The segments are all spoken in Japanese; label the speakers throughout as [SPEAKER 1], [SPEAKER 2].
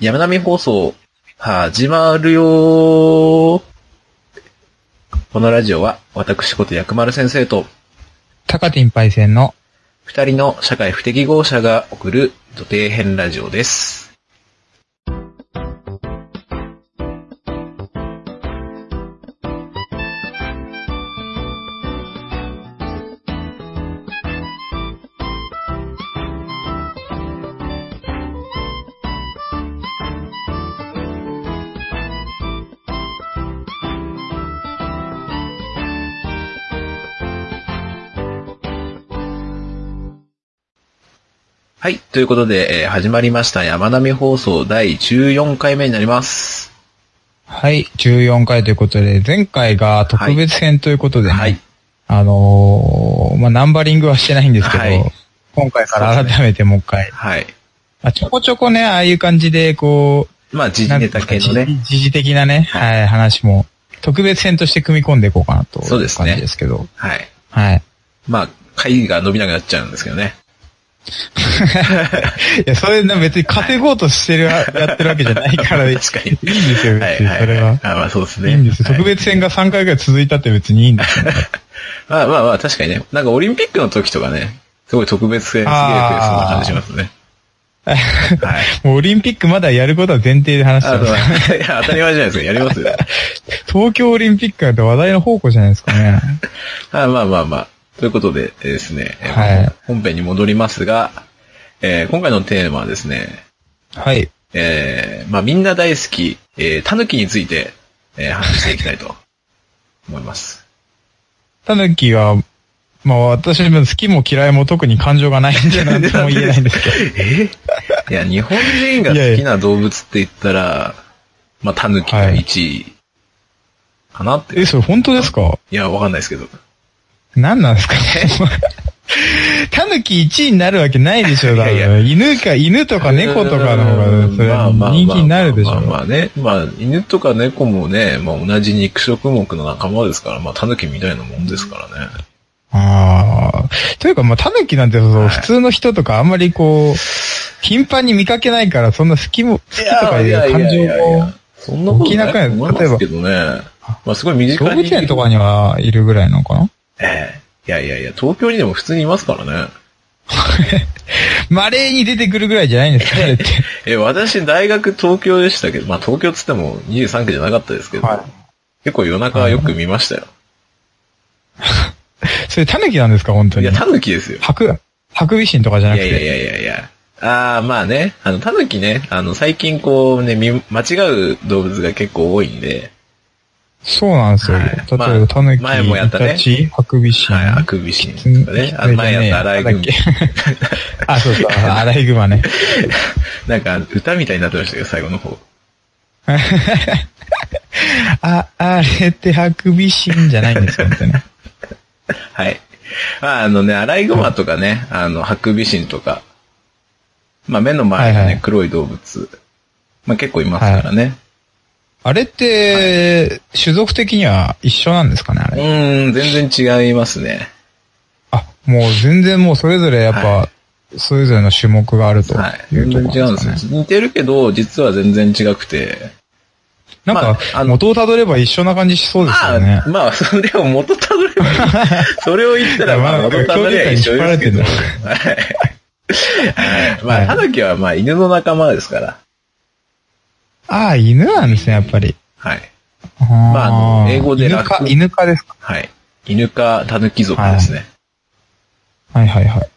[SPEAKER 1] 山並放送、始まるよーこのラジオは、私こと薬丸先生と、
[SPEAKER 2] 高天パイセンの、
[SPEAKER 1] 二人の社会不適合者が送る土底編ラジオです。はい。ということで、えー始まりました山並放送第14回目になります。
[SPEAKER 2] はい、14回ということで、前回が特別編ということでね、
[SPEAKER 1] はい。
[SPEAKER 2] あのーまあ、ナンバリングはしてないんですけど、
[SPEAKER 1] はい
[SPEAKER 2] 今回から
[SPEAKER 1] そうです
[SPEAKER 2] 改めてもう一回、
[SPEAKER 1] はい。
[SPEAKER 2] まあ、ちょこちょこね、ああいう感じで、こ
[SPEAKER 1] まあ、
[SPEAKER 2] う、
[SPEAKER 1] 時事ネタ系のね。
[SPEAKER 2] なんか時事時事的なね、
[SPEAKER 1] は
[SPEAKER 2] はい、話も、特別編として組み込んでいこうかなと。
[SPEAKER 1] そうですね
[SPEAKER 2] 感じですけど。
[SPEAKER 1] はい。
[SPEAKER 2] はい。
[SPEAKER 1] まあ、会議が伸びなくなっちゃうんですけどね。
[SPEAKER 2] いや、それな、別に稼ごうとしてる、やってるわけじゃないから、いいんで
[SPEAKER 1] 確かに。
[SPEAKER 2] すよ、
[SPEAKER 1] は
[SPEAKER 2] 別
[SPEAKER 1] い
[SPEAKER 2] に、
[SPEAKER 1] はい
[SPEAKER 2] それ
[SPEAKER 1] はい
[SPEAKER 2] は。。
[SPEAKER 1] あまあ、そうですね。
[SPEAKER 2] いいんですよ。
[SPEAKER 1] はい
[SPEAKER 2] 特別編が3回ぐらい続いたって別にいいんですよ。
[SPEAKER 1] まあまあまあ、確かにね。なんかオリンピックの時とかね、すごい特別編すげえという、そんな感じします ね。はい。
[SPEAKER 2] もうオリンピックまだやることは前提で話して
[SPEAKER 1] あ
[SPEAKER 2] ま
[SPEAKER 1] と
[SPEAKER 2] す。
[SPEAKER 1] は、いや、当たり前じゃないですか。やり ますよ。
[SPEAKER 2] 東京オリンピックなんて話題の宝庫じゃないですかね。
[SPEAKER 1] あまあまあまあ。ということでですね、えー
[SPEAKER 2] はい
[SPEAKER 1] 本編に戻りますが、えー今回のテーマはですね、
[SPEAKER 2] はい。
[SPEAKER 1] えーまあみんな大好き、えー、タヌキについて、えー話していきたいと思います。
[SPEAKER 2] タヌキは、まあ私も好きも嫌いも特に感情がないんで何とも言えないんで すけど。
[SPEAKER 1] えいや、日本人が好きな動物って言ったら、まあ、タヌキが1位かなって。
[SPEAKER 2] え、
[SPEAKER 1] い
[SPEAKER 2] それ本当ですか
[SPEAKER 1] や、わかんないですけど。
[SPEAKER 2] 何なんで すかタヌキ1位になるわけないでしょ、だから
[SPEAKER 1] いやいや
[SPEAKER 2] 犬か、犬とか猫とかの方
[SPEAKER 1] う
[SPEAKER 2] が、
[SPEAKER 1] ん
[SPEAKER 2] それ
[SPEAKER 1] まあまあ
[SPEAKER 2] 人気になるでし
[SPEAKER 1] まあ
[SPEAKER 2] ょ。
[SPEAKER 1] まあね。まあ、犬とか猫もね、まあ同じ肉食目の仲間ですから、まあ、タヌキみたいなもんですからね。
[SPEAKER 2] ああ。というか、まあ、タヌキなんてそう、
[SPEAKER 1] はい
[SPEAKER 2] 普通の人とかあんまりこう、頻繁に見かけないから、そんな好きも、好きとかいう感情も、
[SPEAKER 1] そんなことないと思いますけどね。まあ、すごい身
[SPEAKER 2] 動
[SPEAKER 1] 近に。
[SPEAKER 2] 物園とかにはいるぐらいなのかな
[SPEAKER 1] ええいやいやいや、東京にでも普通にいますからね。
[SPEAKER 2] まれに出てくるぐらいじゃないんですか、あれって。
[SPEAKER 1] え、私、大学東京でしたけど、まあ、東京っつっても23区じゃなかったですけど、
[SPEAKER 2] は
[SPEAKER 1] 結構夜中はよく見ましたよ。
[SPEAKER 2] それタヌキなんですか、本当
[SPEAKER 1] い
[SPEAKER 2] に
[SPEAKER 1] や、。タヌキですよ。
[SPEAKER 2] ハク、ハクビシンとかじ
[SPEAKER 1] い
[SPEAKER 2] ゃなく
[SPEAKER 1] や
[SPEAKER 2] て。
[SPEAKER 1] いやいやいやいや。ああ、まあね、あの、タヌキね、あの、最近こうね、見間違う動物が結構多いんで、
[SPEAKER 2] そうなんですよ。
[SPEAKER 1] はい
[SPEAKER 2] 例え
[SPEAKER 1] まあ
[SPEAKER 2] ば、タヌキ、
[SPEAKER 1] 前もやったね
[SPEAKER 2] イタチ、ハクビシン。
[SPEAKER 1] はい、アクビシンとかね、あの、前やったアライグミ。
[SPEAKER 2] あ、そうそう、アライグマね。
[SPEAKER 1] なんか、歌みたいになってましたけど、最後の方。
[SPEAKER 2] あ、あれってハクビシンじゃないんですよ、本当に。
[SPEAKER 1] はい。まあ、あのね、アライグマとかね、あの、ハクビシンとか、まあ、目の前のね、
[SPEAKER 2] はいはい
[SPEAKER 1] 黒い動物、まあ、結構いますからね。
[SPEAKER 2] あれって、種族的には一緒なんですかね、あれ。
[SPEAKER 1] うーん、全然違いますね。
[SPEAKER 2] あ、もう全然もうそれぞれやっ
[SPEAKER 1] は
[SPEAKER 2] ぱ、それぞれの種目があると
[SPEAKER 1] はい。
[SPEAKER 2] い
[SPEAKER 1] 全
[SPEAKER 2] うとこ
[SPEAKER 1] 然違
[SPEAKER 2] ろ
[SPEAKER 1] うんですよ
[SPEAKER 2] ね。。
[SPEAKER 1] 似てるけど、実は全然違くて。
[SPEAKER 2] なん
[SPEAKER 1] ま
[SPEAKER 2] か
[SPEAKER 1] ああ、の
[SPEAKER 2] 元をたどれば一緒な感じしそうです
[SPEAKER 1] ま
[SPEAKER 2] よ
[SPEAKER 1] あ、
[SPEAKER 2] ね。
[SPEAKER 1] まあ、それを元たどれば、 それを言ったら、
[SPEAKER 2] いやま
[SPEAKER 1] ま
[SPEAKER 2] あ
[SPEAKER 1] あ、元たどれば一緒ですけど。
[SPEAKER 2] 恐
[SPEAKER 1] はい
[SPEAKER 2] 竜
[SPEAKER 1] は
[SPEAKER 2] 界。
[SPEAKER 1] いま
[SPEAKER 2] は
[SPEAKER 1] あ、
[SPEAKER 2] い
[SPEAKER 1] タヌキはまあ、犬の仲間ですから。
[SPEAKER 2] ああ、犬なんですね、やっぱり。
[SPEAKER 1] はい。
[SPEAKER 2] ま
[SPEAKER 1] ああの英語で
[SPEAKER 2] 犬
[SPEAKER 1] 楽
[SPEAKER 2] か、犬かですか
[SPEAKER 1] はい。犬かタヌキ族ですね。
[SPEAKER 2] はいはいはい。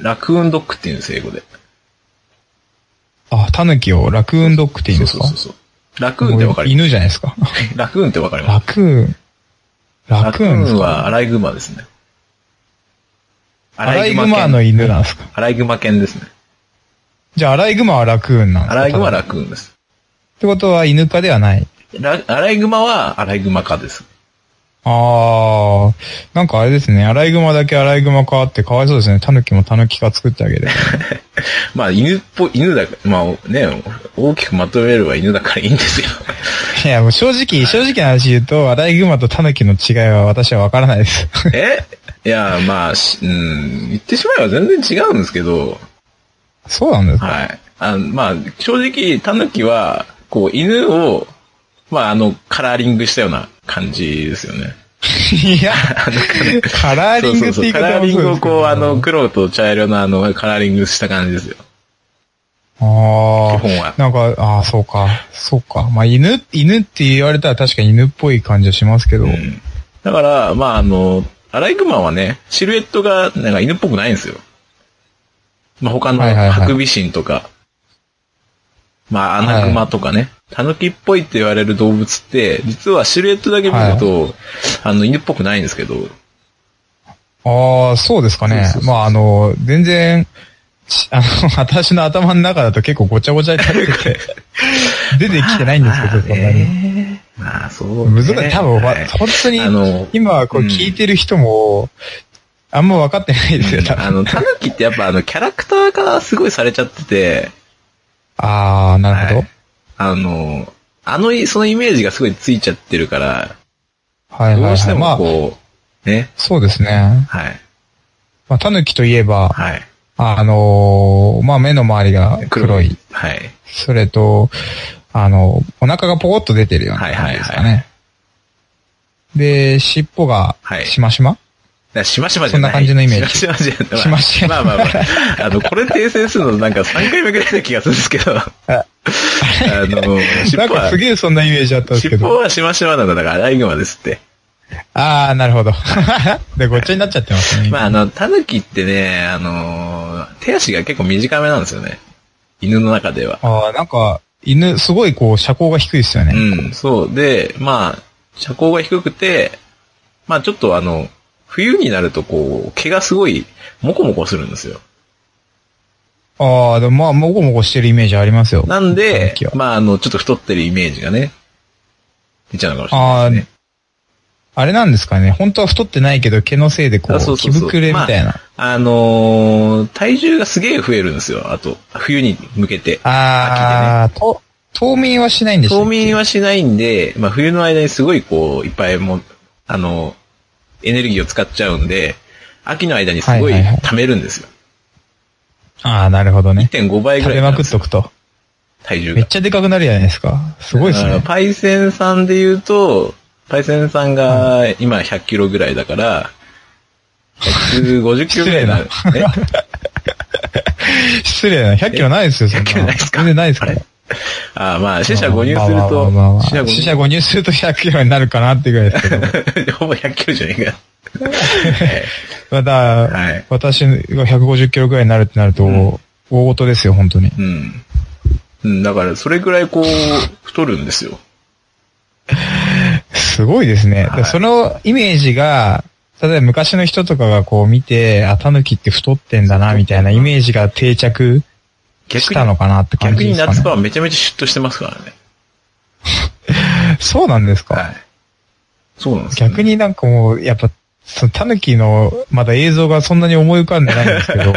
[SPEAKER 1] ラクーンドッグって言うんですよ、英語で。
[SPEAKER 2] あ、タヌキをラクーンドッグって言うんですか
[SPEAKER 1] そうそうそうそう。ラクーンってわかりま
[SPEAKER 2] 犬じゃないですか。
[SPEAKER 1] す。ラクーンってわかりま
[SPEAKER 2] ラ
[SPEAKER 1] す。
[SPEAKER 2] クーン。ラ
[SPEAKER 1] ラ
[SPEAKER 2] ク
[SPEAKER 1] ク
[SPEAKER 2] ーンです
[SPEAKER 1] ーン
[SPEAKER 2] か
[SPEAKER 1] はアライグマですね。ア
[SPEAKER 2] アライグマの
[SPEAKER 1] 犬。
[SPEAKER 2] 犬なんですか
[SPEAKER 1] アライグマ犬ですね。
[SPEAKER 2] じゃあ、アライグマはラクーンなんです
[SPEAKER 1] ア
[SPEAKER 2] か
[SPEAKER 1] ライグマは
[SPEAKER 2] っ
[SPEAKER 1] ラクーンです。
[SPEAKER 2] てことは犬科ではない。
[SPEAKER 1] ラアライグマはアライグマ科です。
[SPEAKER 2] あー、なんかあれですね、アライグマだけアライグマかってかわいそうですね。タヌキもタヌキか作ってあげれば。
[SPEAKER 1] まあ犬っぽい、犬だから、まあね、大きくまとめれば犬だからいいんです よ。
[SPEAKER 2] いや、もう正直、正直な話言うと、アライグマとタヌキの違いは私はわからないです。
[SPEAKER 1] えいや、まあ、しうん、言ってしまえば全然違うんですけど、
[SPEAKER 2] そうなんですか
[SPEAKER 1] はい。あのまあ、正直、タヌキは、こう、犬を、まあ、あの、カラーリングしたような感じですよね。
[SPEAKER 2] いや、
[SPEAKER 1] あの
[SPEAKER 2] カラー
[SPEAKER 1] そ
[SPEAKER 2] リ
[SPEAKER 1] う
[SPEAKER 2] ング
[SPEAKER 1] そ
[SPEAKER 2] っ
[SPEAKER 1] うそう。
[SPEAKER 2] て言い
[SPEAKER 1] カ
[SPEAKER 2] 方
[SPEAKER 1] ラーリングをこう、あの、
[SPEAKER 2] もそ
[SPEAKER 1] 黒と茶色のあの、カラーリングした感じですよ。基
[SPEAKER 2] うですけど
[SPEAKER 1] 本は
[SPEAKER 2] ああ、。なんか、ああ、そうか、そうか。まあ、犬、犬って言われたら確かに犬っぽい感じはしますけど。
[SPEAKER 1] うんだから、まあ、あの、アライグマはね、シルエットがなんか犬っぽくないんですよ。まあ、他の
[SPEAKER 2] はいはいはい
[SPEAKER 1] ハクビシンとか、まあ、アナグマとかね、タヌキっぽいって言われる動物って、実はシルエットだけ見ると、あの、犬っぽくないんですけど、
[SPEAKER 2] ああ、そうですか
[SPEAKER 1] そう
[SPEAKER 2] ね。
[SPEAKER 1] そうそう
[SPEAKER 2] まあ、あの、全然、し あの、私の頭の中だと結構ごちゃごちゃになって て、出てきてないんですけど、そんなに。
[SPEAKER 1] ねまあ、そう、
[SPEAKER 2] 難しい。多分、わ
[SPEAKER 1] はい
[SPEAKER 2] 本当に
[SPEAKER 1] あの、
[SPEAKER 2] 今、こう聞いてる人も、あんま分かってないですよ、多分
[SPEAKER 1] あの、タヌキってやっぱあの、キャラクターがすごいされちゃってて、
[SPEAKER 2] ああ、なるほど。
[SPEAKER 1] あの、あの、そのイメージがすごいついちゃってるから、
[SPEAKER 2] はいはい
[SPEAKER 1] どうし
[SPEAKER 2] は
[SPEAKER 1] て
[SPEAKER 2] い。ま
[SPEAKER 1] も
[SPEAKER 2] あ、
[SPEAKER 1] こう、ね、
[SPEAKER 2] そうですね。
[SPEAKER 1] はい、
[SPEAKER 2] まあ、タヌキといえば、
[SPEAKER 1] はい。
[SPEAKER 2] あのーまあ、目の周りが黒い。。
[SPEAKER 1] はい。
[SPEAKER 2] それと、あの、お腹がポコッと出てるような感じですか
[SPEAKER 1] はいはい
[SPEAKER 2] ね。で、尻尾が
[SPEAKER 1] は、い
[SPEAKER 2] しましま
[SPEAKER 1] だしましまじゃない。
[SPEAKER 2] そんな感じのイメージ
[SPEAKER 1] しましまじゃない。
[SPEAKER 2] しまし
[SPEAKER 1] ま
[SPEAKER 2] ま
[SPEAKER 1] あまあまあ。あの、これ訂正するのなんか3回目ぐらいな気がするんですけ ど。あの、尻
[SPEAKER 2] なん
[SPEAKER 1] 尾
[SPEAKER 2] か
[SPEAKER 1] は
[SPEAKER 2] す、げえそんなイメージあったんです
[SPEAKER 1] 尻
[SPEAKER 2] け
[SPEAKER 1] 尾
[SPEAKER 2] ど。
[SPEAKER 1] はしましまなんだ。だからアライグマですって。
[SPEAKER 2] ああ、なるほど。 で、ごっちゃになっちゃってますね。
[SPEAKER 1] まああの、タヌキってね、あの、手足が結構短めなんですよね。犬の中では。
[SPEAKER 2] ああ、なんか、犬、すごいこう、車高が低いですよね。
[SPEAKER 1] うん、そう。で、まあ、車高が低くて、まあちょっとあの、冬になるとこう、毛がすごい、もこもこするんですよ。
[SPEAKER 2] ああ、でもまあ、もごもごしてるイメージありますよ。
[SPEAKER 1] なんで
[SPEAKER 2] 狸は、
[SPEAKER 1] まあ、あの、ちょっと太ってるイメージがね、出ちゃうのかもしれ
[SPEAKER 2] あ
[SPEAKER 1] な
[SPEAKER 2] あ
[SPEAKER 1] いですね。、
[SPEAKER 2] あれなんですかね。本当は太ってないけど、毛のせいでこ、
[SPEAKER 1] あそううそ
[SPEAKER 2] 気
[SPEAKER 1] うそう
[SPEAKER 2] ぶくれみたいな。
[SPEAKER 1] あ、のー体重がすげえ増えるんですよ。あと、冬に向けて。
[SPEAKER 2] ああ、と、冬眠はしないんでしたっ
[SPEAKER 1] 冬
[SPEAKER 2] け
[SPEAKER 1] 眠はしないんで、まあ、冬の間にすごいこう、いっぱいもう、あの、エネルギーを使っちゃうんで、秋の間にすごい
[SPEAKER 2] はいはいはい
[SPEAKER 1] 溜めるんですよ。
[SPEAKER 2] ああ、なるほどね。
[SPEAKER 1] 1.5倍ぐ
[SPEAKER 2] 食
[SPEAKER 1] らい
[SPEAKER 2] べ
[SPEAKER 1] な
[SPEAKER 2] ま
[SPEAKER 1] ん
[SPEAKER 2] く
[SPEAKER 1] で
[SPEAKER 2] っ
[SPEAKER 1] すよ。
[SPEAKER 2] とくと。
[SPEAKER 1] 体重
[SPEAKER 2] めっ
[SPEAKER 1] が。
[SPEAKER 2] ちゃでかくなるじゃないですか。すごいです
[SPEAKER 1] あの
[SPEAKER 2] ね。
[SPEAKER 1] パイセンさんで言うと、パイセンさんが今100キロぐらいだから、150キロぐらいに なる。え
[SPEAKER 2] 失礼な。100キロないですよ、そんな。
[SPEAKER 1] 100キロないですか
[SPEAKER 2] 全然ないですか
[SPEAKER 1] あ
[SPEAKER 2] ら
[SPEAKER 1] れ。ああ、まあ、死者誤入すると
[SPEAKER 2] まあまあまあまあ、
[SPEAKER 1] 死
[SPEAKER 2] 死
[SPEAKER 1] 者
[SPEAKER 2] 者
[SPEAKER 1] 誤
[SPEAKER 2] 誤入すると100キロになるかなってぐらいですけど。
[SPEAKER 1] 入。ほぼ100キロじゃねえか。
[SPEAKER 2] ま
[SPEAKER 1] は
[SPEAKER 2] だ
[SPEAKER 1] い、
[SPEAKER 2] 私が150キロぐらいになるってなると、大事ですよ、本当に。
[SPEAKER 1] うん。うん、だから、それぐらいこう、太るんですよ。
[SPEAKER 2] すごいですね。だからそのイメージが、例えば昔の人とかがこう見て、あ、タヌキって太ってんだな、みたいなイメージが定着し
[SPEAKER 1] 逆
[SPEAKER 2] た
[SPEAKER 1] に、
[SPEAKER 2] のかなって感
[SPEAKER 1] 逆
[SPEAKER 2] じで
[SPEAKER 1] に
[SPEAKER 2] すか
[SPEAKER 1] 夏場
[SPEAKER 2] ね。
[SPEAKER 1] はめちゃめちゃシュッとしてますからね。
[SPEAKER 2] そうなんですか。
[SPEAKER 1] はい。そうなんですよね
[SPEAKER 2] 逆になんかもう、やっぱ、そのタヌキの、まだ映像がそんなに思い浮かんでないんですけ ど、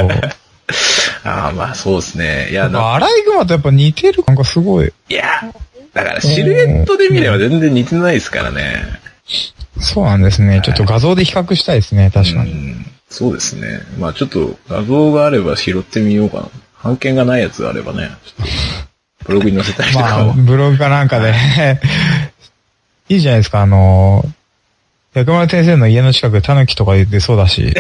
[SPEAKER 1] ああ、まあ、そうですね。いや、
[SPEAKER 2] やっ
[SPEAKER 1] な
[SPEAKER 2] ぱアライグマとやっぱ似てる感がすごい。
[SPEAKER 1] いや、だから、シルエットで見れば全然似てないですからね。
[SPEAKER 2] そうなんですね。ちょっと画像で比較したいですね、確かに。
[SPEAKER 1] うん。そうですね。まあ、ちょっと、画像があれば拾ってみようかな。版権がないやつがあればね、ちょっと、ブログに載せたりと
[SPEAKER 2] ま
[SPEAKER 1] か
[SPEAKER 2] あ、
[SPEAKER 1] も。
[SPEAKER 2] ブログかなんかで、 いいじゃないですか、あの、薬丸先生の家の近くタヌキとか出そうだし、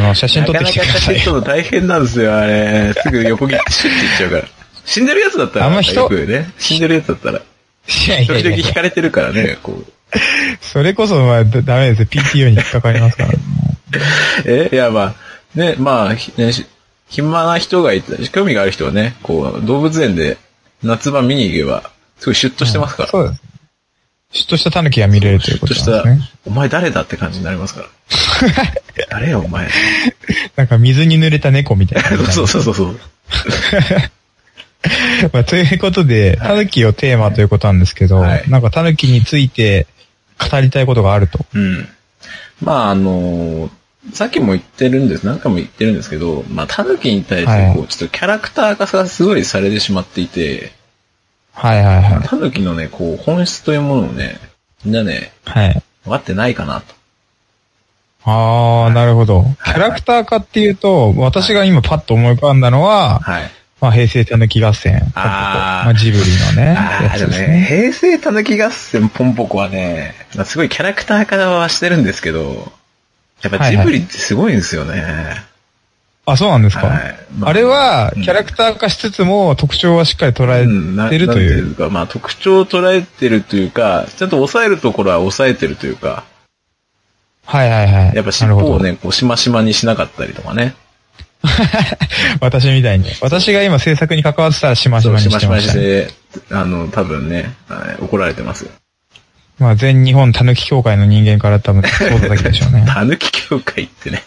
[SPEAKER 2] の、写真撮ってきてください
[SPEAKER 1] なかなか写真撮
[SPEAKER 2] よ。
[SPEAKER 1] るの大変なんですよ、あれ。すぐ横切ってシュッていっちゃうから。死んでるやつだったら、
[SPEAKER 2] あんま人
[SPEAKER 1] よくね。死んでるやつだったら、
[SPEAKER 2] い やいや
[SPEAKER 1] 時
[SPEAKER 2] いや
[SPEAKER 1] 々
[SPEAKER 2] い
[SPEAKER 1] 引
[SPEAKER 2] や
[SPEAKER 1] かれてるからね、こう。
[SPEAKER 2] それこそ、まあ、だダメですよ。PTO に引っかかりますからね。
[SPEAKER 1] えいや、まあ、ね、まあ、ひね、し暇な人がいて、興味がある人はね、こう、動物園で夏場見に行けば、すごいシュッと してますから。
[SPEAKER 2] そうです。嫉妬したタヌキが見れると
[SPEAKER 1] シ
[SPEAKER 2] い
[SPEAKER 1] ュ
[SPEAKER 2] う
[SPEAKER 1] ッ
[SPEAKER 2] ことと
[SPEAKER 1] し
[SPEAKER 2] なん
[SPEAKER 1] た
[SPEAKER 2] ですね。、
[SPEAKER 1] お前誰だって感じになりますから。 誰よ、お 前。
[SPEAKER 2] なんか水に濡れた猫みたい な。
[SPEAKER 1] そうそうそうそう。
[SPEAKER 2] まあ、ということで、タヌキをテーマということなんですけど、
[SPEAKER 1] はい
[SPEAKER 2] なんかタヌキについて語りたいことがあると。
[SPEAKER 1] うん。まあ、あのさっきも言ってるんです、何回も言ってるんですけど、まあ、タヌキに対して、こう、ちょっとキャラクター化がすごいされてしまっていて、
[SPEAKER 2] はいはいはい。
[SPEAKER 1] タヌキのね、こう、本質というものをね、みんなね、
[SPEAKER 2] はい。
[SPEAKER 1] 分かってないかなと。
[SPEAKER 2] ああ、なるほど。キャラクター化っていうと、私が今パッと思い浮かんだのは、
[SPEAKER 1] はい。
[SPEAKER 2] まあ、平成たぬき合戦。
[SPEAKER 1] あー
[SPEAKER 2] まあ、ジブリのね。
[SPEAKER 1] あ
[SPEAKER 2] や
[SPEAKER 1] あ、で
[SPEAKER 2] つで
[SPEAKER 1] も
[SPEAKER 2] す
[SPEAKER 1] ね、。平成たぬき合戦ポンポコはね、まあ、すごいキャラクター化はしてるんですけど、やっぱジブリってすごいんですよね。はい
[SPEAKER 2] あ、そうなんですか。
[SPEAKER 1] ま
[SPEAKER 2] あれは、キャラ
[SPEAKER 1] タ
[SPEAKER 2] クター化しつつも、特徴はしっかり捉
[SPEAKER 1] うんな
[SPEAKER 2] えてるとい
[SPEAKER 1] なん
[SPEAKER 2] う。
[SPEAKER 1] てか、まあ特徴を捉えてるというか、ちゃんと抑えるところは抑えてるというか、
[SPEAKER 2] はいはいはい。
[SPEAKER 1] やっぱ
[SPEAKER 2] な
[SPEAKER 1] 尻
[SPEAKER 2] る
[SPEAKER 1] 尾
[SPEAKER 2] ほど
[SPEAKER 1] をね、こう、しましまにしなかったりとかね。
[SPEAKER 2] 私みたいに。私が今制作に関わってたらしまし
[SPEAKER 1] そう、
[SPEAKER 2] まに
[SPEAKER 1] し
[SPEAKER 2] し
[SPEAKER 1] ま
[SPEAKER 2] て
[SPEAKER 1] しま
[SPEAKER 2] ま
[SPEAKER 1] に
[SPEAKER 2] し、
[SPEAKER 1] した
[SPEAKER 2] ね。
[SPEAKER 1] て、あの、多分ね、はい怒られてますよ。
[SPEAKER 2] まあ全日本狸協会の人間か ら多分そうだけでしょうね。
[SPEAKER 1] たぬき協会ってね。はい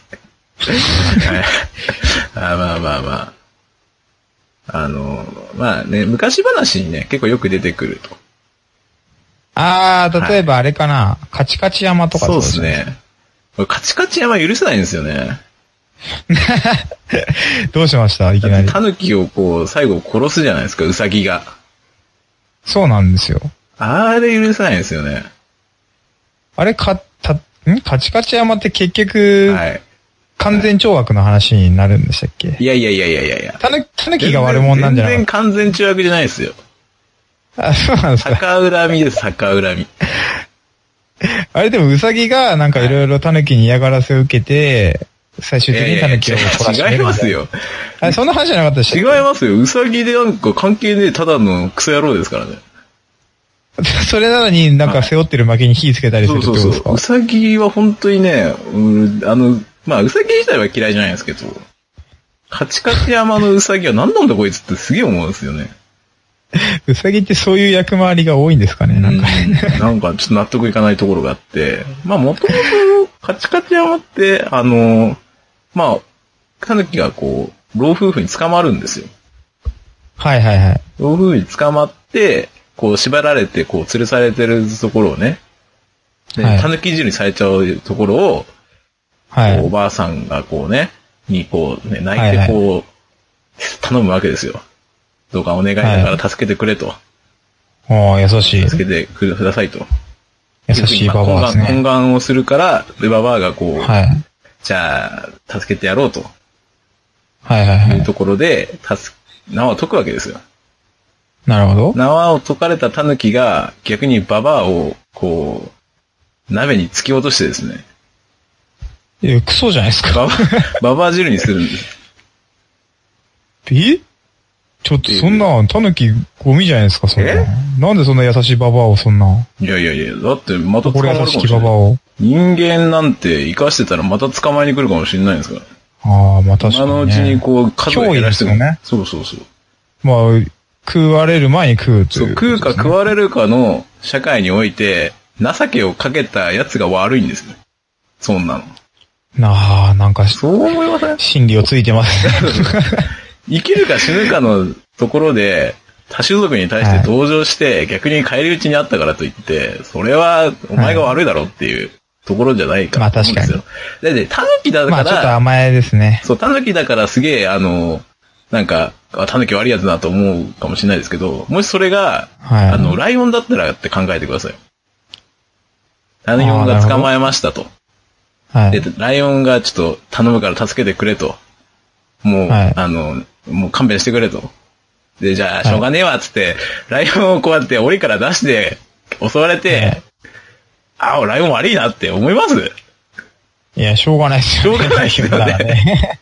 [SPEAKER 1] あまあまあまあ。あの、まあね、昔話にね、結構よく出てくると。
[SPEAKER 2] あー、例えばあれかな、カチカチ山とか
[SPEAKER 1] そうで
[SPEAKER 2] じ
[SPEAKER 1] す
[SPEAKER 2] ゃない
[SPEAKER 1] ね。これカチカチ山許せないんですよね。
[SPEAKER 2] すか。どうしましたいきなり。
[SPEAKER 1] タヌキをこう、最後殺すじゃないですか、ウサギが。
[SPEAKER 2] そうなんですよ。
[SPEAKER 1] あれ許せないんですよね。
[SPEAKER 2] あれか、た、んカチカチ山って結局、
[SPEAKER 1] はい。
[SPEAKER 2] 完全懲悪の話になるんでしたっけ
[SPEAKER 1] いやいやいやいやいやいや。
[SPEAKER 2] たぬ、たぬきが悪者なんじゃな
[SPEAKER 1] 全
[SPEAKER 2] い
[SPEAKER 1] 然完全中悪じゃないですよ。
[SPEAKER 2] あ、そうなんですか。
[SPEAKER 1] 逆恨みです、逆恨み。
[SPEAKER 2] あれでもウサギがなんかいろいろタヌキに嫌がらせを受けて、最終
[SPEAKER 1] い
[SPEAKER 2] 的
[SPEAKER 1] やい
[SPEAKER 2] にタ
[SPEAKER 1] や
[SPEAKER 2] ヌキを殺して
[SPEAKER 1] 違います。よ。
[SPEAKER 2] あれ、そんな話じゃなかったでした
[SPEAKER 1] 違いますよ。うさぎでなんか関係ねえ、ただのクソ野郎ですからね。
[SPEAKER 2] それなのになんか背負ってる負けに火つけたりす
[SPEAKER 1] そ
[SPEAKER 2] るっ
[SPEAKER 1] う
[SPEAKER 2] てこ
[SPEAKER 1] そう
[SPEAKER 2] とで
[SPEAKER 1] そう。
[SPEAKER 2] すか
[SPEAKER 1] うさぎは本当にね、うん、あの、まあ、うさぎ自体は嫌いじゃないですけど、カチカチ山のうさぎは何なんだこいつってすげえ思うんですよね。
[SPEAKER 2] うさぎってそういう役回りが多いんですかねなんか。
[SPEAKER 1] なんかちょっと納得いかないところがあって、まあもともとカチカチ山って、あの、まあ、タヌキがこう、老夫婦に捕まるんですよ。
[SPEAKER 2] はいはいはい。
[SPEAKER 1] 老夫婦に捕まって、こう縛られて、こう吊るされてるところをね、で
[SPEAKER 2] はい
[SPEAKER 1] タヌキ汁にされちゃうところを、
[SPEAKER 2] は
[SPEAKER 1] こうお
[SPEAKER 2] い。
[SPEAKER 1] ばあさんがこうね、にこうね、泣いてこう、頼むわけですよ。どうかお願いだから助けてくれと。
[SPEAKER 2] おー優しい。
[SPEAKER 1] 助けてくださいと。
[SPEAKER 2] 優しいババアです
[SPEAKER 1] まあ懇願懇
[SPEAKER 2] ね。
[SPEAKER 1] 願をするから、で、ババアがこう、
[SPEAKER 2] はい。
[SPEAKER 1] じゃあ、助けてやろうと。
[SPEAKER 2] はいはいはいいう
[SPEAKER 1] ところで、たす、縄を解くわけですよ。
[SPEAKER 2] なるほど。
[SPEAKER 1] 縄を解かれたタヌキが、逆にババアを、こう、鍋に突き落としてですね、
[SPEAKER 2] え、クソじゃないですか。
[SPEAKER 1] バ バア、ババア汁にするんです。
[SPEAKER 2] えちょっとそんな、タヌキゴミじゃないですか、そんな
[SPEAKER 1] え。
[SPEAKER 2] なんでそんな優しいババアをそんな、
[SPEAKER 1] いやいやいや、だってまた捕ま
[SPEAKER 2] 心
[SPEAKER 1] るか
[SPEAKER 2] 優
[SPEAKER 1] も
[SPEAKER 2] し
[SPEAKER 1] し
[SPEAKER 2] き
[SPEAKER 1] れ
[SPEAKER 2] ババア
[SPEAKER 1] ない。
[SPEAKER 2] を。
[SPEAKER 1] 人間なんて生かしてたらまた捕まえに来るかもしれないんですから。
[SPEAKER 2] ああ、まあ確か
[SPEAKER 1] 今
[SPEAKER 2] に、ね。
[SPEAKER 1] のうちにこう、数を減らして
[SPEAKER 2] 脅威ですよね
[SPEAKER 1] そうそうそう。
[SPEAKER 2] まあ、食われる前に食うと
[SPEAKER 1] そう、
[SPEAKER 2] いうこと
[SPEAKER 1] 食
[SPEAKER 2] で
[SPEAKER 1] う
[SPEAKER 2] すね、
[SPEAKER 1] か食われるかの社会において、情けをかけたやつが悪いんですよ。そんなの。
[SPEAKER 2] なあ、なんかし、
[SPEAKER 1] そう思いません
[SPEAKER 2] 心理をついてますね。
[SPEAKER 1] 生きるか死ぬかのところで、多種族に対して同情して、逆に返り討ちにあったからといって、それはお前が悪いだろっていうところじゃないか
[SPEAKER 2] まあ
[SPEAKER 1] と思うんですよ。だって、タヌキだ
[SPEAKER 2] ま
[SPEAKER 1] か
[SPEAKER 2] あちょっと
[SPEAKER 1] ら、
[SPEAKER 2] 甘えですね。
[SPEAKER 1] そう、タヌキだからすげえ、あの、なんか、あタヌキ悪いやつだと思うかもしれないですけど、もしそれが、
[SPEAKER 2] はい。
[SPEAKER 1] あの、ライオンだったらって考えてください。ライオンが捕まえましたと。
[SPEAKER 2] は
[SPEAKER 1] で
[SPEAKER 2] い。、
[SPEAKER 1] ライオンがちょっと頼むから助けてくれと。もう、
[SPEAKER 2] はい
[SPEAKER 1] あの、もう勘弁してくれと。で、じゃあ、しょうがねえわっつって、ライオンをこうやって檻から出して、襲われて、ああ、ライオン悪いなって思います
[SPEAKER 2] いや、しょうがないですよね。
[SPEAKER 1] しょうがないですよね
[SPEAKER 2] だからね。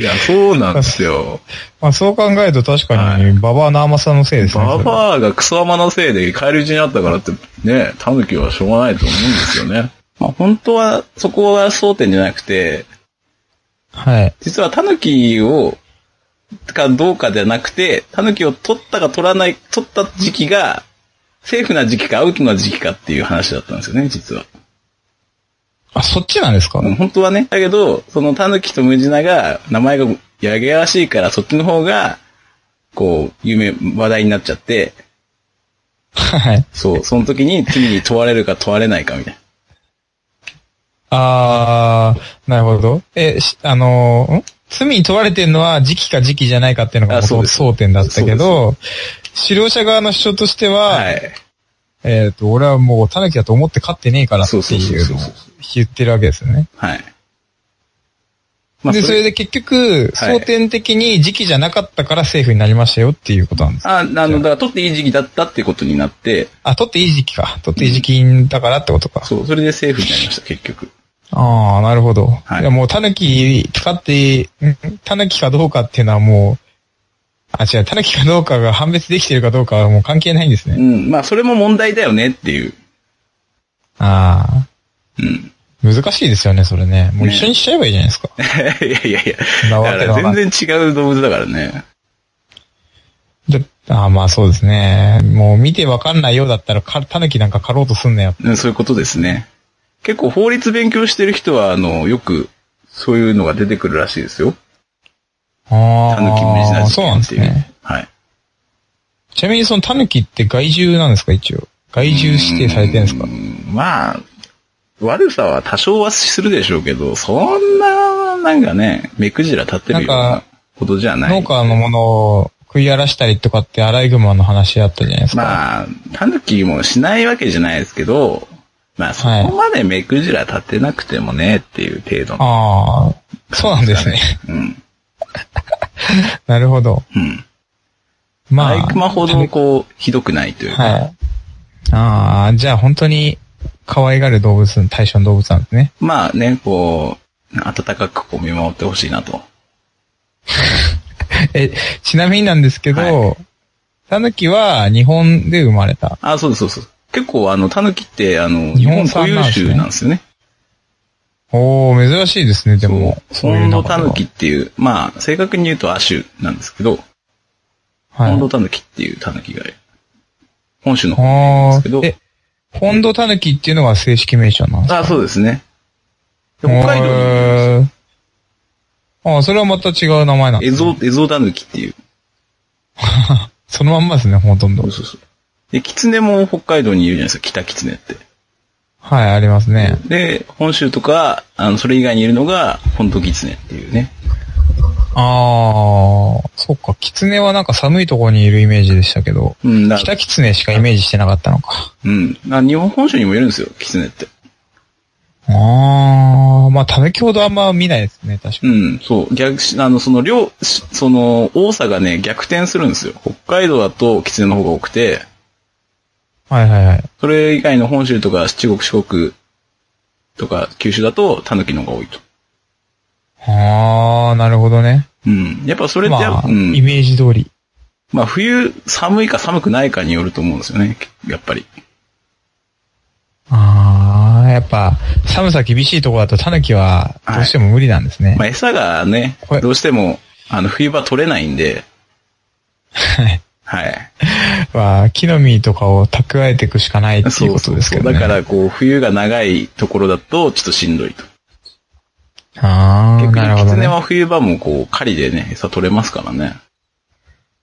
[SPEAKER 1] いや、そうなんです よ。
[SPEAKER 2] まあそう考えると確かに、ババアの甘さのせいですね。
[SPEAKER 1] バ
[SPEAKER 2] ア
[SPEAKER 1] バアがクソマのせいで帰り討ちにあったからって、ね、タヌキはしょうがないと思うんですよね。 まあ、本当は、そこは争点じゃなくて、
[SPEAKER 2] はい。
[SPEAKER 1] 実はタヌキを、かどうかじゃなくて、タヌキを取ったか取らない、取った時期が、セーフな時期かアウトな時期かっていう話だったんですよね、実は。
[SPEAKER 2] あ、そっちなんですか、
[SPEAKER 1] うん本当はね。だけど、そのタヌキとムジナが、名前がやげやらしいから、そっちの方が、こう、有名、話題になっちゃって、
[SPEAKER 2] はい。
[SPEAKER 1] そう、その時に罪に問われるか問われないかみたいな。
[SPEAKER 2] あー、なるほど。え、しあのーん罪に問われてるのは時期か時期じゃないかっていうのが
[SPEAKER 1] あそう
[SPEAKER 2] 元
[SPEAKER 1] です
[SPEAKER 2] 争点だったけど、狩猟者側の主張としては、
[SPEAKER 1] はい。
[SPEAKER 2] えっ、と、俺はもう狸だと思って飼ってねえからって
[SPEAKER 1] そうそうそう
[SPEAKER 2] いう
[SPEAKER 1] そ
[SPEAKER 2] の
[SPEAKER 1] う
[SPEAKER 2] を言ってるわけですよね。
[SPEAKER 1] はい。まあ、
[SPEAKER 2] で、
[SPEAKER 1] そ
[SPEAKER 2] そ
[SPEAKER 1] れ
[SPEAKER 2] れで結局、
[SPEAKER 1] はい
[SPEAKER 2] 争点的に時期じゃなかったからセーフになりましたよっていうことなんです。
[SPEAKER 1] あ、あの、だから取っていい時期だったってことになって、
[SPEAKER 2] あ、取っていい時期か。取っていい時期だからってことか。
[SPEAKER 1] そう、それでセーフになりました、結局。
[SPEAKER 2] ああ、なるほど。
[SPEAKER 1] はい
[SPEAKER 2] いやもう、タヌキ使って、タヌキかどうかっていうのはもう、あ、違う、タヌキかどうかが判別できてるかどうかはもう関係ないんです
[SPEAKER 1] う
[SPEAKER 2] ね。
[SPEAKER 1] ん、まあ、それも問題だよねっていう。
[SPEAKER 2] ああ、
[SPEAKER 1] うん。
[SPEAKER 2] 難しいですよね、それね。もう一緒にしちゃえばいいじゃないですか。
[SPEAKER 1] いやいやいや、
[SPEAKER 2] なわ
[SPEAKER 1] だ
[SPEAKER 2] け
[SPEAKER 1] か
[SPEAKER 2] だ
[SPEAKER 1] ら
[SPEAKER 2] な。
[SPEAKER 1] 全然違う動物だからね。
[SPEAKER 2] ああ、まあそうですね。もう見てわかんないようだったら、かタヌキなんか狩ろうとすんなよ。
[SPEAKER 1] うんそういうことですね。結構法律勉強してる人は、あの、よく、そういうのが出てくるらしいですよ。
[SPEAKER 2] あ
[SPEAKER 1] タヌキ無理な
[SPEAKER 2] あ、
[SPEAKER 1] 事
[SPEAKER 2] そうな
[SPEAKER 1] 件っ
[SPEAKER 2] んで
[SPEAKER 1] て
[SPEAKER 2] す
[SPEAKER 1] いう。
[SPEAKER 2] ね。
[SPEAKER 1] はい。
[SPEAKER 2] ちなみにそのタヌキって害獣なんですか、一応。害獣指定されてるんですか
[SPEAKER 1] うんまあ、悪さは多少はするでしょうけど、そんな、なんかね、目くじら立ってるよう
[SPEAKER 2] なん
[SPEAKER 1] な
[SPEAKER 2] か
[SPEAKER 1] ことじゃない。
[SPEAKER 2] 農家のものを食い荒らしたりとかってアライグマの話あったじゃないですか。
[SPEAKER 1] まあ、タヌキもしないわけじゃないですけど、まあそこまで目くじら立てなくてもねっていう程度の。
[SPEAKER 2] ああ、そうなんですね。
[SPEAKER 1] うん。
[SPEAKER 2] なるほど。
[SPEAKER 1] うん。
[SPEAKER 2] ま
[SPEAKER 1] ア
[SPEAKER 2] あ。
[SPEAKER 1] イクマほどこう、ひどくないというか。
[SPEAKER 2] はい。ああ、じゃあ本当に可愛がる動物、対象の動物なんですね。
[SPEAKER 1] まあね、こう、温かくこう見守ってほしいなと。
[SPEAKER 2] え、ちなみになんですけ
[SPEAKER 1] は
[SPEAKER 2] ど、タヌキは日本で生まれた。
[SPEAKER 1] あ、そうですそうそう。結構あの、タヌキってあの、日
[SPEAKER 2] 日
[SPEAKER 1] 本
[SPEAKER 2] 本
[SPEAKER 1] 固
[SPEAKER 2] 産
[SPEAKER 1] 有
[SPEAKER 2] なんですね
[SPEAKER 1] 種なんですよね。
[SPEAKER 2] おー、珍しいですね、でも。
[SPEAKER 1] そう
[SPEAKER 2] い
[SPEAKER 1] 本土
[SPEAKER 2] 中で
[SPEAKER 1] タ
[SPEAKER 2] は
[SPEAKER 1] ヌキっていう、まあ、正確に言うと亜種なんですけど、
[SPEAKER 2] はい。
[SPEAKER 1] 本土タヌキっていうタヌキが、本州の方
[SPEAKER 2] あ
[SPEAKER 1] ですけど
[SPEAKER 2] ーえ、本土タヌキっていうのが正式名称なんですか
[SPEAKER 1] あ、そうですね。で北海道にもいます
[SPEAKER 2] へーあー、それはまた違う名前なんで
[SPEAKER 1] エ
[SPEAKER 2] すね
[SPEAKER 1] ゾ、エゾダヌキっていう。
[SPEAKER 2] そのまんまですね、ほとんど
[SPEAKER 1] そう。そうそう。で、キツネも北海道にいるじゃないですか、北キツネって。
[SPEAKER 2] はい、ありますね。
[SPEAKER 1] で、本州とか、あの、それ以外にいるのが、本土キツネっていうね。
[SPEAKER 2] ああ、そっか、キツネはなんか寒いところにいるイメージでしたけど、
[SPEAKER 1] うん、だ
[SPEAKER 2] 北キツネしかイメージしてなかったのか。
[SPEAKER 1] うん。あ日本本州にもいるんですよ、キツネって。
[SPEAKER 2] ああ、まあ、タヌキほどあんま見ないですね、確か
[SPEAKER 1] う
[SPEAKER 2] に。
[SPEAKER 1] ん、そう。逆し、あの、その量、しその、多さがね、逆転するんですよ。北海道だとキツネの方が多くて、
[SPEAKER 2] はいはいはい。
[SPEAKER 1] それ以外の本州とか中国、四国とか九州だと、タヌキの方が多いと。
[SPEAKER 2] ああ、なるほどね。
[SPEAKER 1] うん。やっぱそれって、
[SPEAKER 2] まあ、
[SPEAKER 1] うん
[SPEAKER 2] イ。メージ通り。
[SPEAKER 1] まあ冬寒いか寒くないかによると思うんですよね、やっぱり。
[SPEAKER 2] ああ、やっぱ、寒さ厳しいところだとタヌキはどうしても無理なんですね。
[SPEAKER 1] まあ餌がね
[SPEAKER 2] これ、
[SPEAKER 1] どうしても、あの冬場取れないんで、
[SPEAKER 2] はい。
[SPEAKER 1] はい。
[SPEAKER 2] は、木の実とかを蓄えていくしかないっていうことですけどね。
[SPEAKER 1] だからこう冬が長いところだとちょっとしんどいと。
[SPEAKER 2] ああ、
[SPEAKER 1] 結
[SPEAKER 2] なる
[SPEAKER 1] 局、
[SPEAKER 2] ほ
[SPEAKER 1] キ
[SPEAKER 2] ど
[SPEAKER 1] ツネ
[SPEAKER 2] ね。はい
[SPEAKER 1] は冬場もこう狩りでね、餌取れますからね。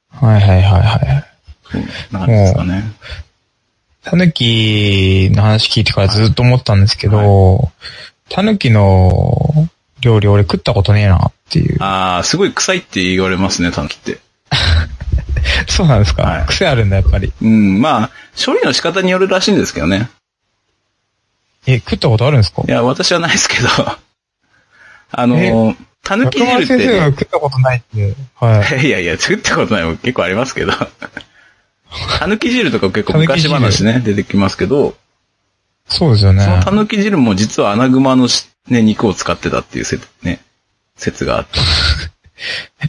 [SPEAKER 2] はいはいはい。
[SPEAKER 1] そうな感じですかね。
[SPEAKER 2] タヌキの話聞いてからずっと思ったんですけど、タヌキの料理俺食ったことねえなっ ていう。
[SPEAKER 1] ああ、すごい臭いって言われますね、タヌキって。
[SPEAKER 2] そうなんですか、
[SPEAKER 1] はい
[SPEAKER 2] 癖あるんだやっぱり。
[SPEAKER 1] うん、まあ、処理の仕方によるらしいんですけどね。
[SPEAKER 2] え、食ったことあるんですか
[SPEAKER 1] いや、私はないですけど。 あの
[SPEAKER 2] え、
[SPEAKER 1] タヌ
[SPEAKER 2] 中
[SPEAKER 1] キ汁っ
[SPEAKER 2] 村
[SPEAKER 1] て
[SPEAKER 2] 先
[SPEAKER 1] ね、
[SPEAKER 2] 生が食ったことないって。は い。
[SPEAKER 1] いやいや、作ったことないも結構ありますけど。 たぬき汁とか結構昔
[SPEAKER 2] 狸
[SPEAKER 1] 話ね、出てきますけど、
[SPEAKER 2] そうですよね
[SPEAKER 1] そ。のたぬき汁も実はアナグマのし、ね、肉を使ってたっていう説、ね、説があって。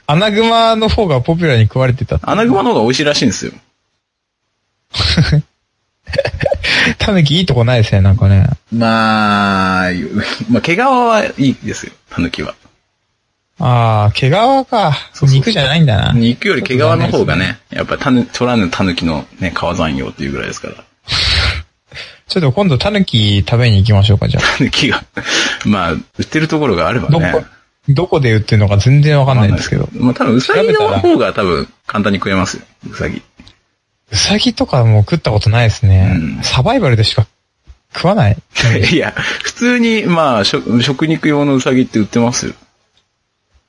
[SPEAKER 2] アナグマの方がポピュラーに食われてた。
[SPEAKER 1] アナグマの方が美味しいらしいんですよ。
[SPEAKER 2] タヌキいいとこないですね、なんかね。
[SPEAKER 1] まあ、まあ、毛皮はいいですよ、たぬきは。
[SPEAKER 2] ああ、毛皮か。
[SPEAKER 1] そうそう
[SPEAKER 2] 肉じゃないんだな。
[SPEAKER 1] 肉より毛皮の方がね、やっぱりたぬ、取らぬたぬきのね、皮残用っていうぐらいですから。
[SPEAKER 2] ちょっと今度タヌキ食べに行きましょうか、じゃあ。
[SPEAKER 1] たぬきが、 まあ、売ってるところがあれば
[SPEAKER 2] ど
[SPEAKER 1] ね。
[SPEAKER 2] こ、どこで売ってるのか全然わかんないんですけど。
[SPEAKER 1] まあ多分、うさぎの方が多分簡単に食えますよ、うさぎ。
[SPEAKER 2] うさぎとかも食ったことないですね。
[SPEAKER 1] うん
[SPEAKER 2] サバイバルでしか食 わない。
[SPEAKER 1] いや、普通に、まあ、食食肉用のウサギって売ってますよ。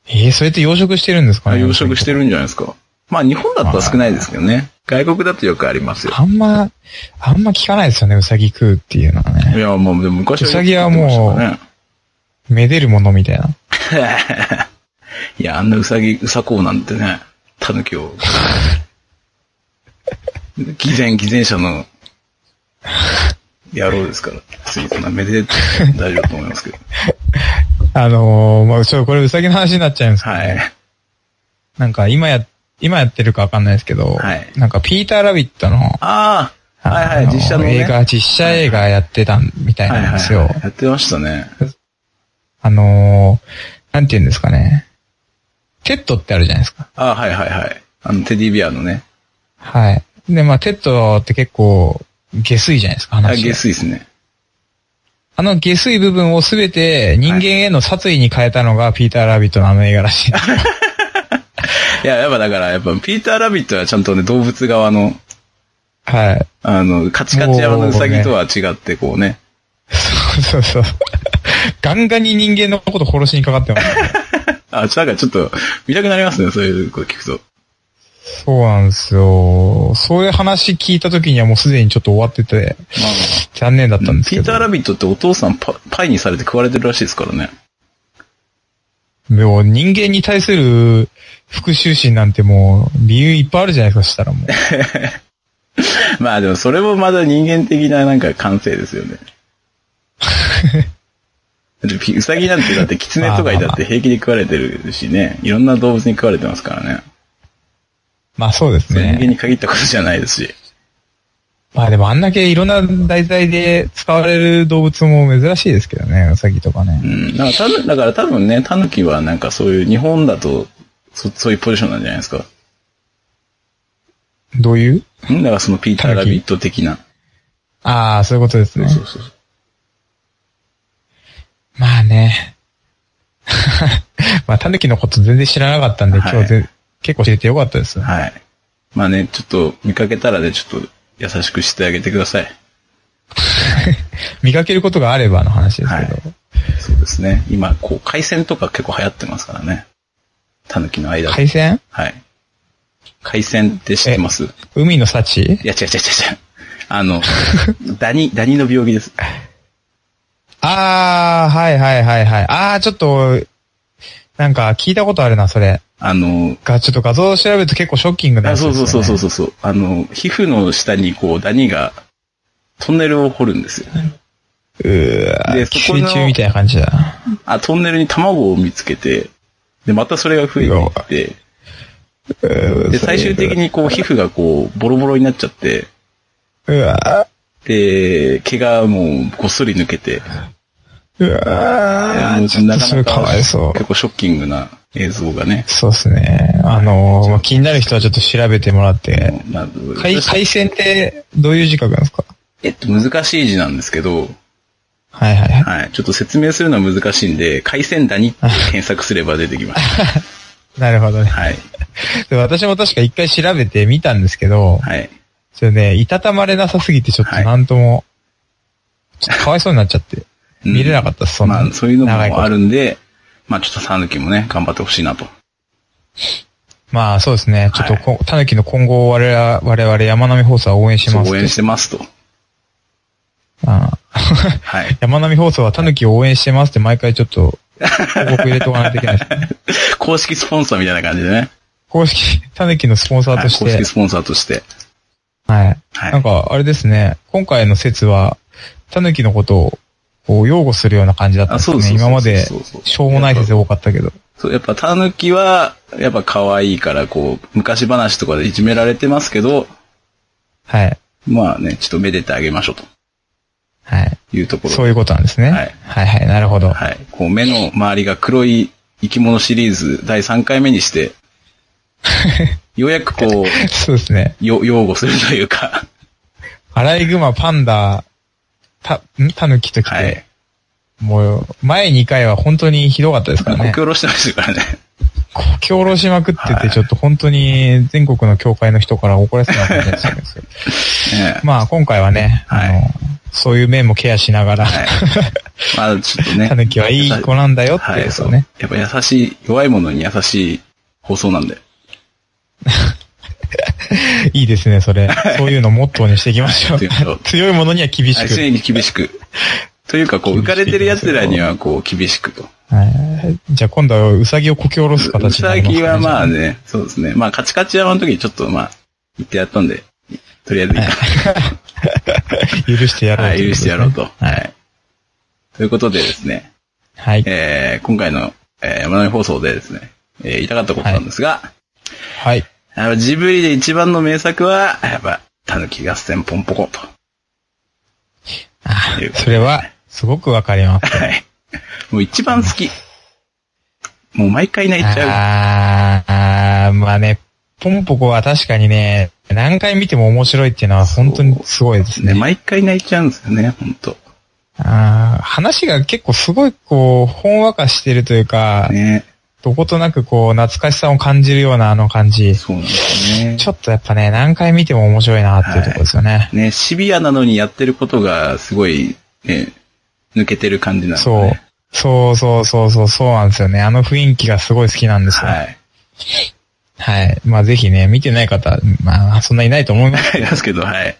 [SPEAKER 2] えー、それって養殖してるんですかね
[SPEAKER 1] 養殖して
[SPEAKER 2] る。
[SPEAKER 1] るんじゃないですか。まあ日本だったら少ないですけどね。外国だとよくありますよ。
[SPEAKER 2] あんま、あんま聞かないですよね、うさぎ食うっていうのはね。
[SPEAKER 1] いや、もうでも昔
[SPEAKER 2] うさぎはもう
[SPEAKER 1] よくやって
[SPEAKER 2] めでるものみたいな。
[SPEAKER 1] ましたねいや、あんなうさぎ、うさこうなんてね、たぬきを。 偽善、偽善者の野郎ですから。別にそんなめでて大丈夫だと思いますけど。
[SPEAKER 2] あのー、まあ、ちょっとこれうさぎの話になっちゃうんですけど、
[SPEAKER 1] はい。
[SPEAKER 2] なんか今や、今やってるかわかんないですけど、
[SPEAKER 1] はい
[SPEAKER 2] なんかピーターラビットの、
[SPEAKER 1] ああ、は
[SPEAKER 2] あ
[SPEAKER 1] いは
[SPEAKER 2] の
[SPEAKER 1] い、実写のね。
[SPEAKER 2] 映画、実写映画やってたみたい
[SPEAKER 1] はい
[SPEAKER 2] なん
[SPEAKER 1] は
[SPEAKER 2] で
[SPEAKER 1] い
[SPEAKER 2] すよ。
[SPEAKER 1] はい。やってましたね。
[SPEAKER 2] あのー、なんて言うんですかね。テッドってあるじゃないですか。
[SPEAKER 1] ああ、はいはいはい。あの、テディビアのね。
[SPEAKER 2] はい。で、まあ、テッドって結構、下水じゃないですか、
[SPEAKER 1] あ、
[SPEAKER 2] 話が
[SPEAKER 1] 下水ですね。
[SPEAKER 2] あの下水部分をすべて人間への殺意に変えたのがピーター・ラビットのあの映画 らしい。
[SPEAKER 1] いや、やっぱだから、やっぱ、ピーター・ラビットはちゃんとね、動物側の、
[SPEAKER 2] はい。
[SPEAKER 1] あの、カチカチ山のウサギとは違って、こうね。
[SPEAKER 2] そうそうそう。ガンガンに人間のこと殺しにかかってます。
[SPEAKER 1] あ、ちょなんかちょっと、見たくなりますね、そういうこと聞くと。
[SPEAKER 2] そうなんですよ。そういう話聞いた時にはもうすでにちょっと終わってて、
[SPEAKER 1] まあ
[SPEAKER 2] 残念だったんです
[SPEAKER 1] ピ
[SPEAKER 2] け
[SPEAKER 1] ー
[SPEAKER 2] ど
[SPEAKER 1] ター・。ラビットってお父さんパパイにされて食われてるらしいですからね。
[SPEAKER 2] もう人間に対する復讐心なんてもう理由いっぱいあるじゃないですか、したらもう。
[SPEAKER 1] まあでも、それもまだ人間的ななんか感性ですよね。 だってピウサギなんてだってキツネとかいたって平気で食われてるしね。いろんな動物に食われてますからね。
[SPEAKER 2] まあそうです
[SPEAKER 1] 人間
[SPEAKER 2] ね。
[SPEAKER 1] に限ったことじゃないですし。
[SPEAKER 2] まあでもあんだけいろんな題材で使われる動物も珍しいですけどね、ウサギとかね。
[SPEAKER 1] うん。だから、ただから多分ね、タヌキはなんかそういう、日本だと、そ、そういうポジションなんじゃないですか。
[SPEAKER 2] どういうん
[SPEAKER 1] だからそのピーター・ラビット的な。
[SPEAKER 2] ああ、そういうことですね。
[SPEAKER 1] うそうそう。
[SPEAKER 2] まあね。 まあ、タヌキのこと全然知らなかったんで、
[SPEAKER 1] はい
[SPEAKER 2] 今日ぜ結構知れてよかったです。
[SPEAKER 1] はい。まあね、ちょっと見かけたらね、ちょっと優しくしてあげてください。
[SPEAKER 2] 見かけることがあればの話ですけど。
[SPEAKER 1] そうですね。今、こう、海鮮とか結構流行ってますからね。タヌキの間で。
[SPEAKER 2] 海鮮
[SPEAKER 1] はい。海鮮って知ってますい
[SPEAKER 2] 海の幸
[SPEAKER 1] や、違う違う違う違う。あの、 ダニ、ダニの病気です。
[SPEAKER 2] ああ、はいはいはいはい。ああ、ちょっと、なんか聞いたことあるな、それ。
[SPEAKER 1] あの、
[SPEAKER 2] が、ちょっと画像を調べると結構ショッキングな
[SPEAKER 1] あ
[SPEAKER 2] やつです
[SPEAKER 1] そう
[SPEAKER 2] よ、ね。
[SPEAKER 1] そうそうそうそうそう。あの、皮膚の下にこう、ダニが、トンネルを掘るんですよ。
[SPEAKER 2] うーわ
[SPEAKER 1] でそこ
[SPEAKER 2] 寄
[SPEAKER 1] の
[SPEAKER 2] 生虫みたいな感じだ。
[SPEAKER 1] あ、トンネルに卵を見つけて、で、またそれが増えていって、
[SPEAKER 2] うー
[SPEAKER 1] で、最終的。にこう、皮膚がこう、ボロボロになっちゃって、
[SPEAKER 2] それうわ
[SPEAKER 1] で、毛がもう、ごっそり抜けて、
[SPEAKER 2] う
[SPEAKER 1] もう
[SPEAKER 2] わちょっとそれかわいそう。
[SPEAKER 1] 結構ショッキングな映像がね。
[SPEAKER 2] そうですね。あの、まあ、気になる人はちょっと調べてもらって。
[SPEAKER 1] まあ
[SPEAKER 2] 海海鮮ってどういう字書くんですか
[SPEAKER 1] えっと、難しい字なんですけど、
[SPEAKER 2] はいはいは
[SPEAKER 1] はい。ちょっと説明するのは難しいんで、海鮮ダニって検索すれば出てき ます。
[SPEAKER 2] い。なるほどね。
[SPEAKER 1] はい。
[SPEAKER 2] で私も確か一回調べてみたんですけど、
[SPEAKER 1] はい。
[SPEAKER 2] それね、いたたまれなさすぎてちょっとなんとも、ちょっとかわいそうになっちゃって、
[SPEAKER 1] うん
[SPEAKER 2] 見れなかったです、そんな。
[SPEAKER 1] まあ、そういうの
[SPEAKER 2] 長いこ
[SPEAKER 1] も
[SPEAKER 2] と
[SPEAKER 1] あるんで、まあ、ちょっとサヌキもね、頑張ってほしいなと。
[SPEAKER 2] まあそうですね。ちょっとこ、たぬきの今後を我々、我々山並放送は応援し
[SPEAKER 1] そ
[SPEAKER 2] ま
[SPEAKER 1] う
[SPEAKER 2] す
[SPEAKER 1] 応
[SPEAKER 2] と。
[SPEAKER 1] 援してますと。
[SPEAKER 2] ああ
[SPEAKER 1] はい。
[SPEAKER 2] 山並放送はたぬきを応援してますって毎回ちょっと、報告入れておかないとい けないです。
[SPEAKER 1] 公式スポンサーみたいな感じでね。
[SPEAKER 2] 公式、たぬきのスポンサー
[SPEAKER 1] はい
[SPEAKER 2] とし
[SPEAKER 1] 公
[SPEAKER 2] て
[SPEAKER 1] 式、スポンサーとして。
[SPEAKER 2] はい。
[SPEAKER 1] はい
[SPEAKER 2] なんか、あれですね、今回の説は、タヌキのことを、こう、擁護するような感じだったんです
[SPEAKER 1] あそう
[SPEAKER 2] ね。
[SPEAKER 1] そうそう
[SPEAKER 2] 今まで
[SPEAKER 1] そうそう、
[SPEAKER 2] しょうもない説多かったけど。
[SPEAKER 1] そう、やっぱタヌキは、やっぱ可愛いから、こう、昔話とかでいじめられてますけど、
[SPEAKER 2] はい。
[SPEAKER 1] まあね、ちょっとめでてあげましょうと
[SPEAKER 2] はい。
[SPEAKER 1] いうところ。
[SPEAKER 2] そういうことなんですね。
[SPEAKER 1] はい
[SPEAKER 2] はいはいなるほど。
[SPEAKER 1] はい。こう、目の周りが黒い生き物シリーズ第3回目に して、ようやくこう、
[SPEAKER 2] そうですね。
[SPEAKER 1] よ、擁護するという か、
[SPEAKER 2] アライグマ、パンダ、た、んタヌキときて、
[SPEAKER 1] はい。
[SPEAKER 2] もう、前2回は本当にひどかったですから
[SPEAKER 1] こ
[SPEAKER 2] ね
[SPEAKER 1] き。下ろしてましたからね。
[SPEAKER 2] こき下ろしまくって
[SPEAKER 1] は
[SPEAKER 2] て、
[SPEAKER 1] い
[SPEAKER 2] ちょっと本当に全国の教会の人から怒られそうな感じでしたけど。
[SPEAKER 1] ええ
[SPEAKER 2] まあ、今回はね、
[SPEAKER 1] はい
[SPEAKER 2] あの、そういう面もケアしながら、
[SPEAKER 1] まあ、ちょっとね。
[SPEAKER 2] タヌキはいい子なんだよって
[SPEAKER 1] はいい、
[SPEAKER 2] うこ
[SPEAKER 1] そ
[SPEAKER 2] と
[SPEAKER 1] う
[SPEAKER 2] ね
[SPEAKER 1] ね。。やっぱ優しい、弱いものに優しい放送なんで。
[SPEAKER 2] いいですね、それ。そういうのモットーにしていきましょう
[SPEAKER 1] そういうの。
[SPEAKER 2] 強いものには厳し
[SPEAKER 1] はい
[SPEAKER 2] く。
[SPEAKER 1] 常に厳しく。 というか、こう、浮かれてる奴らには、こう、厳しくと。
[SPEAKER 2] はいじゃあ今度はウサギをこき下ろす
[SPEAKER 1] う
[SPEAKER 2] 形にな
[SPEAKER 1] さ
[SPEAKER 2] りますね
[SPEAKER 1] ぎはまあね、そうですね。まあ、カチカチ山の時にちょっと、まあ、行ってやったんで、とりあえずいいか
[SPEAKER 2] 許してやろう
[SPEAKER 1] はい、許してやろう
[SPEAKER 2] とい
[SPEAKER 1] と。
[SPEAKER 2] こですね
[SPEAKER 1] は。い。ということでですね、
[SPEAKER 2] はい。
[SPEAKER 1] えー、今回の、えー、山並み放送でですね、えー、言いたかったことなんですが、
[SPEAKER 2] はい。
[SPEAKER 1] あの、ジブリで一番の名作は、やっぱ、たぬき合戦ポンポコと。
[SPEAKER 2] あ
[SPEAKER 1] いう
[SPEAKER 2] それは、すごくわかります。
[SPEAKER 1] はい。もう一番好き。もう毎回泣いちゃう。
[SPEAKER 2] あーあー、まあね、ポンポコは確かにね、何回見ても面白いっていうのは本当にすごいです
[SPEAKER 1] ね、
[SPEAKER 2] ね。
[SPEAKER 1] 毎回泣いちゃうんですよね、ほんと。
[SPEAKER 2] あー話が結構すごいこう、ほんわかしてるというか、
[SPEAKER 1] ね。
[SPEAKER 2] どことなくこう、懐かしさを感じるようなあの感じ。
[SPEAKER 1] そうなんですよね。
[SPEAKER 2] ちょっとやっぱね、何回見ても面白いなっていうところですよね。
[SPEAKER 1] ね、シビアなのにやってることが、すごい、ね、抜けてる感じなんで、
[SPEAKER 2] そう
[SPEAKER 1] ね。。
[SPEAKER 2] そうそうそうそう、そうなんですよね。あの雰囲気がすごい好きなんですよ。はい。
[SPEAKER 1] はい。
[SPEAKER 2] まあぜひね、見てない方、まあそんないないと思います。
[SPEAKER 1] ありますけど、はい。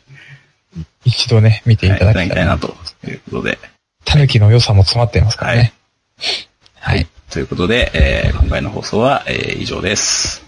[SPEAKER 2] 一度ね、見てい
[SPEAKER 1] はい、い
[SPEAKER 2] た
[SPEAKER 1] た
[SPEAKER 2] だ
[SPEAKER 1] だき
[SPEAKER 2] きた
[SPEAKER 1] た
[SPEAKER 2] い
[SPEAKER 1] い
[SPEAKER 2] な
[SPEAKER 1] な
[SPEAKER 2] と。
[SPEAKER 1] と。いうことで。
[SPEAKER 2] タヌキの良さも詰まってますからね。はい。
[SPEAKER 1] ということで、えー今回の放送は、えー以上です。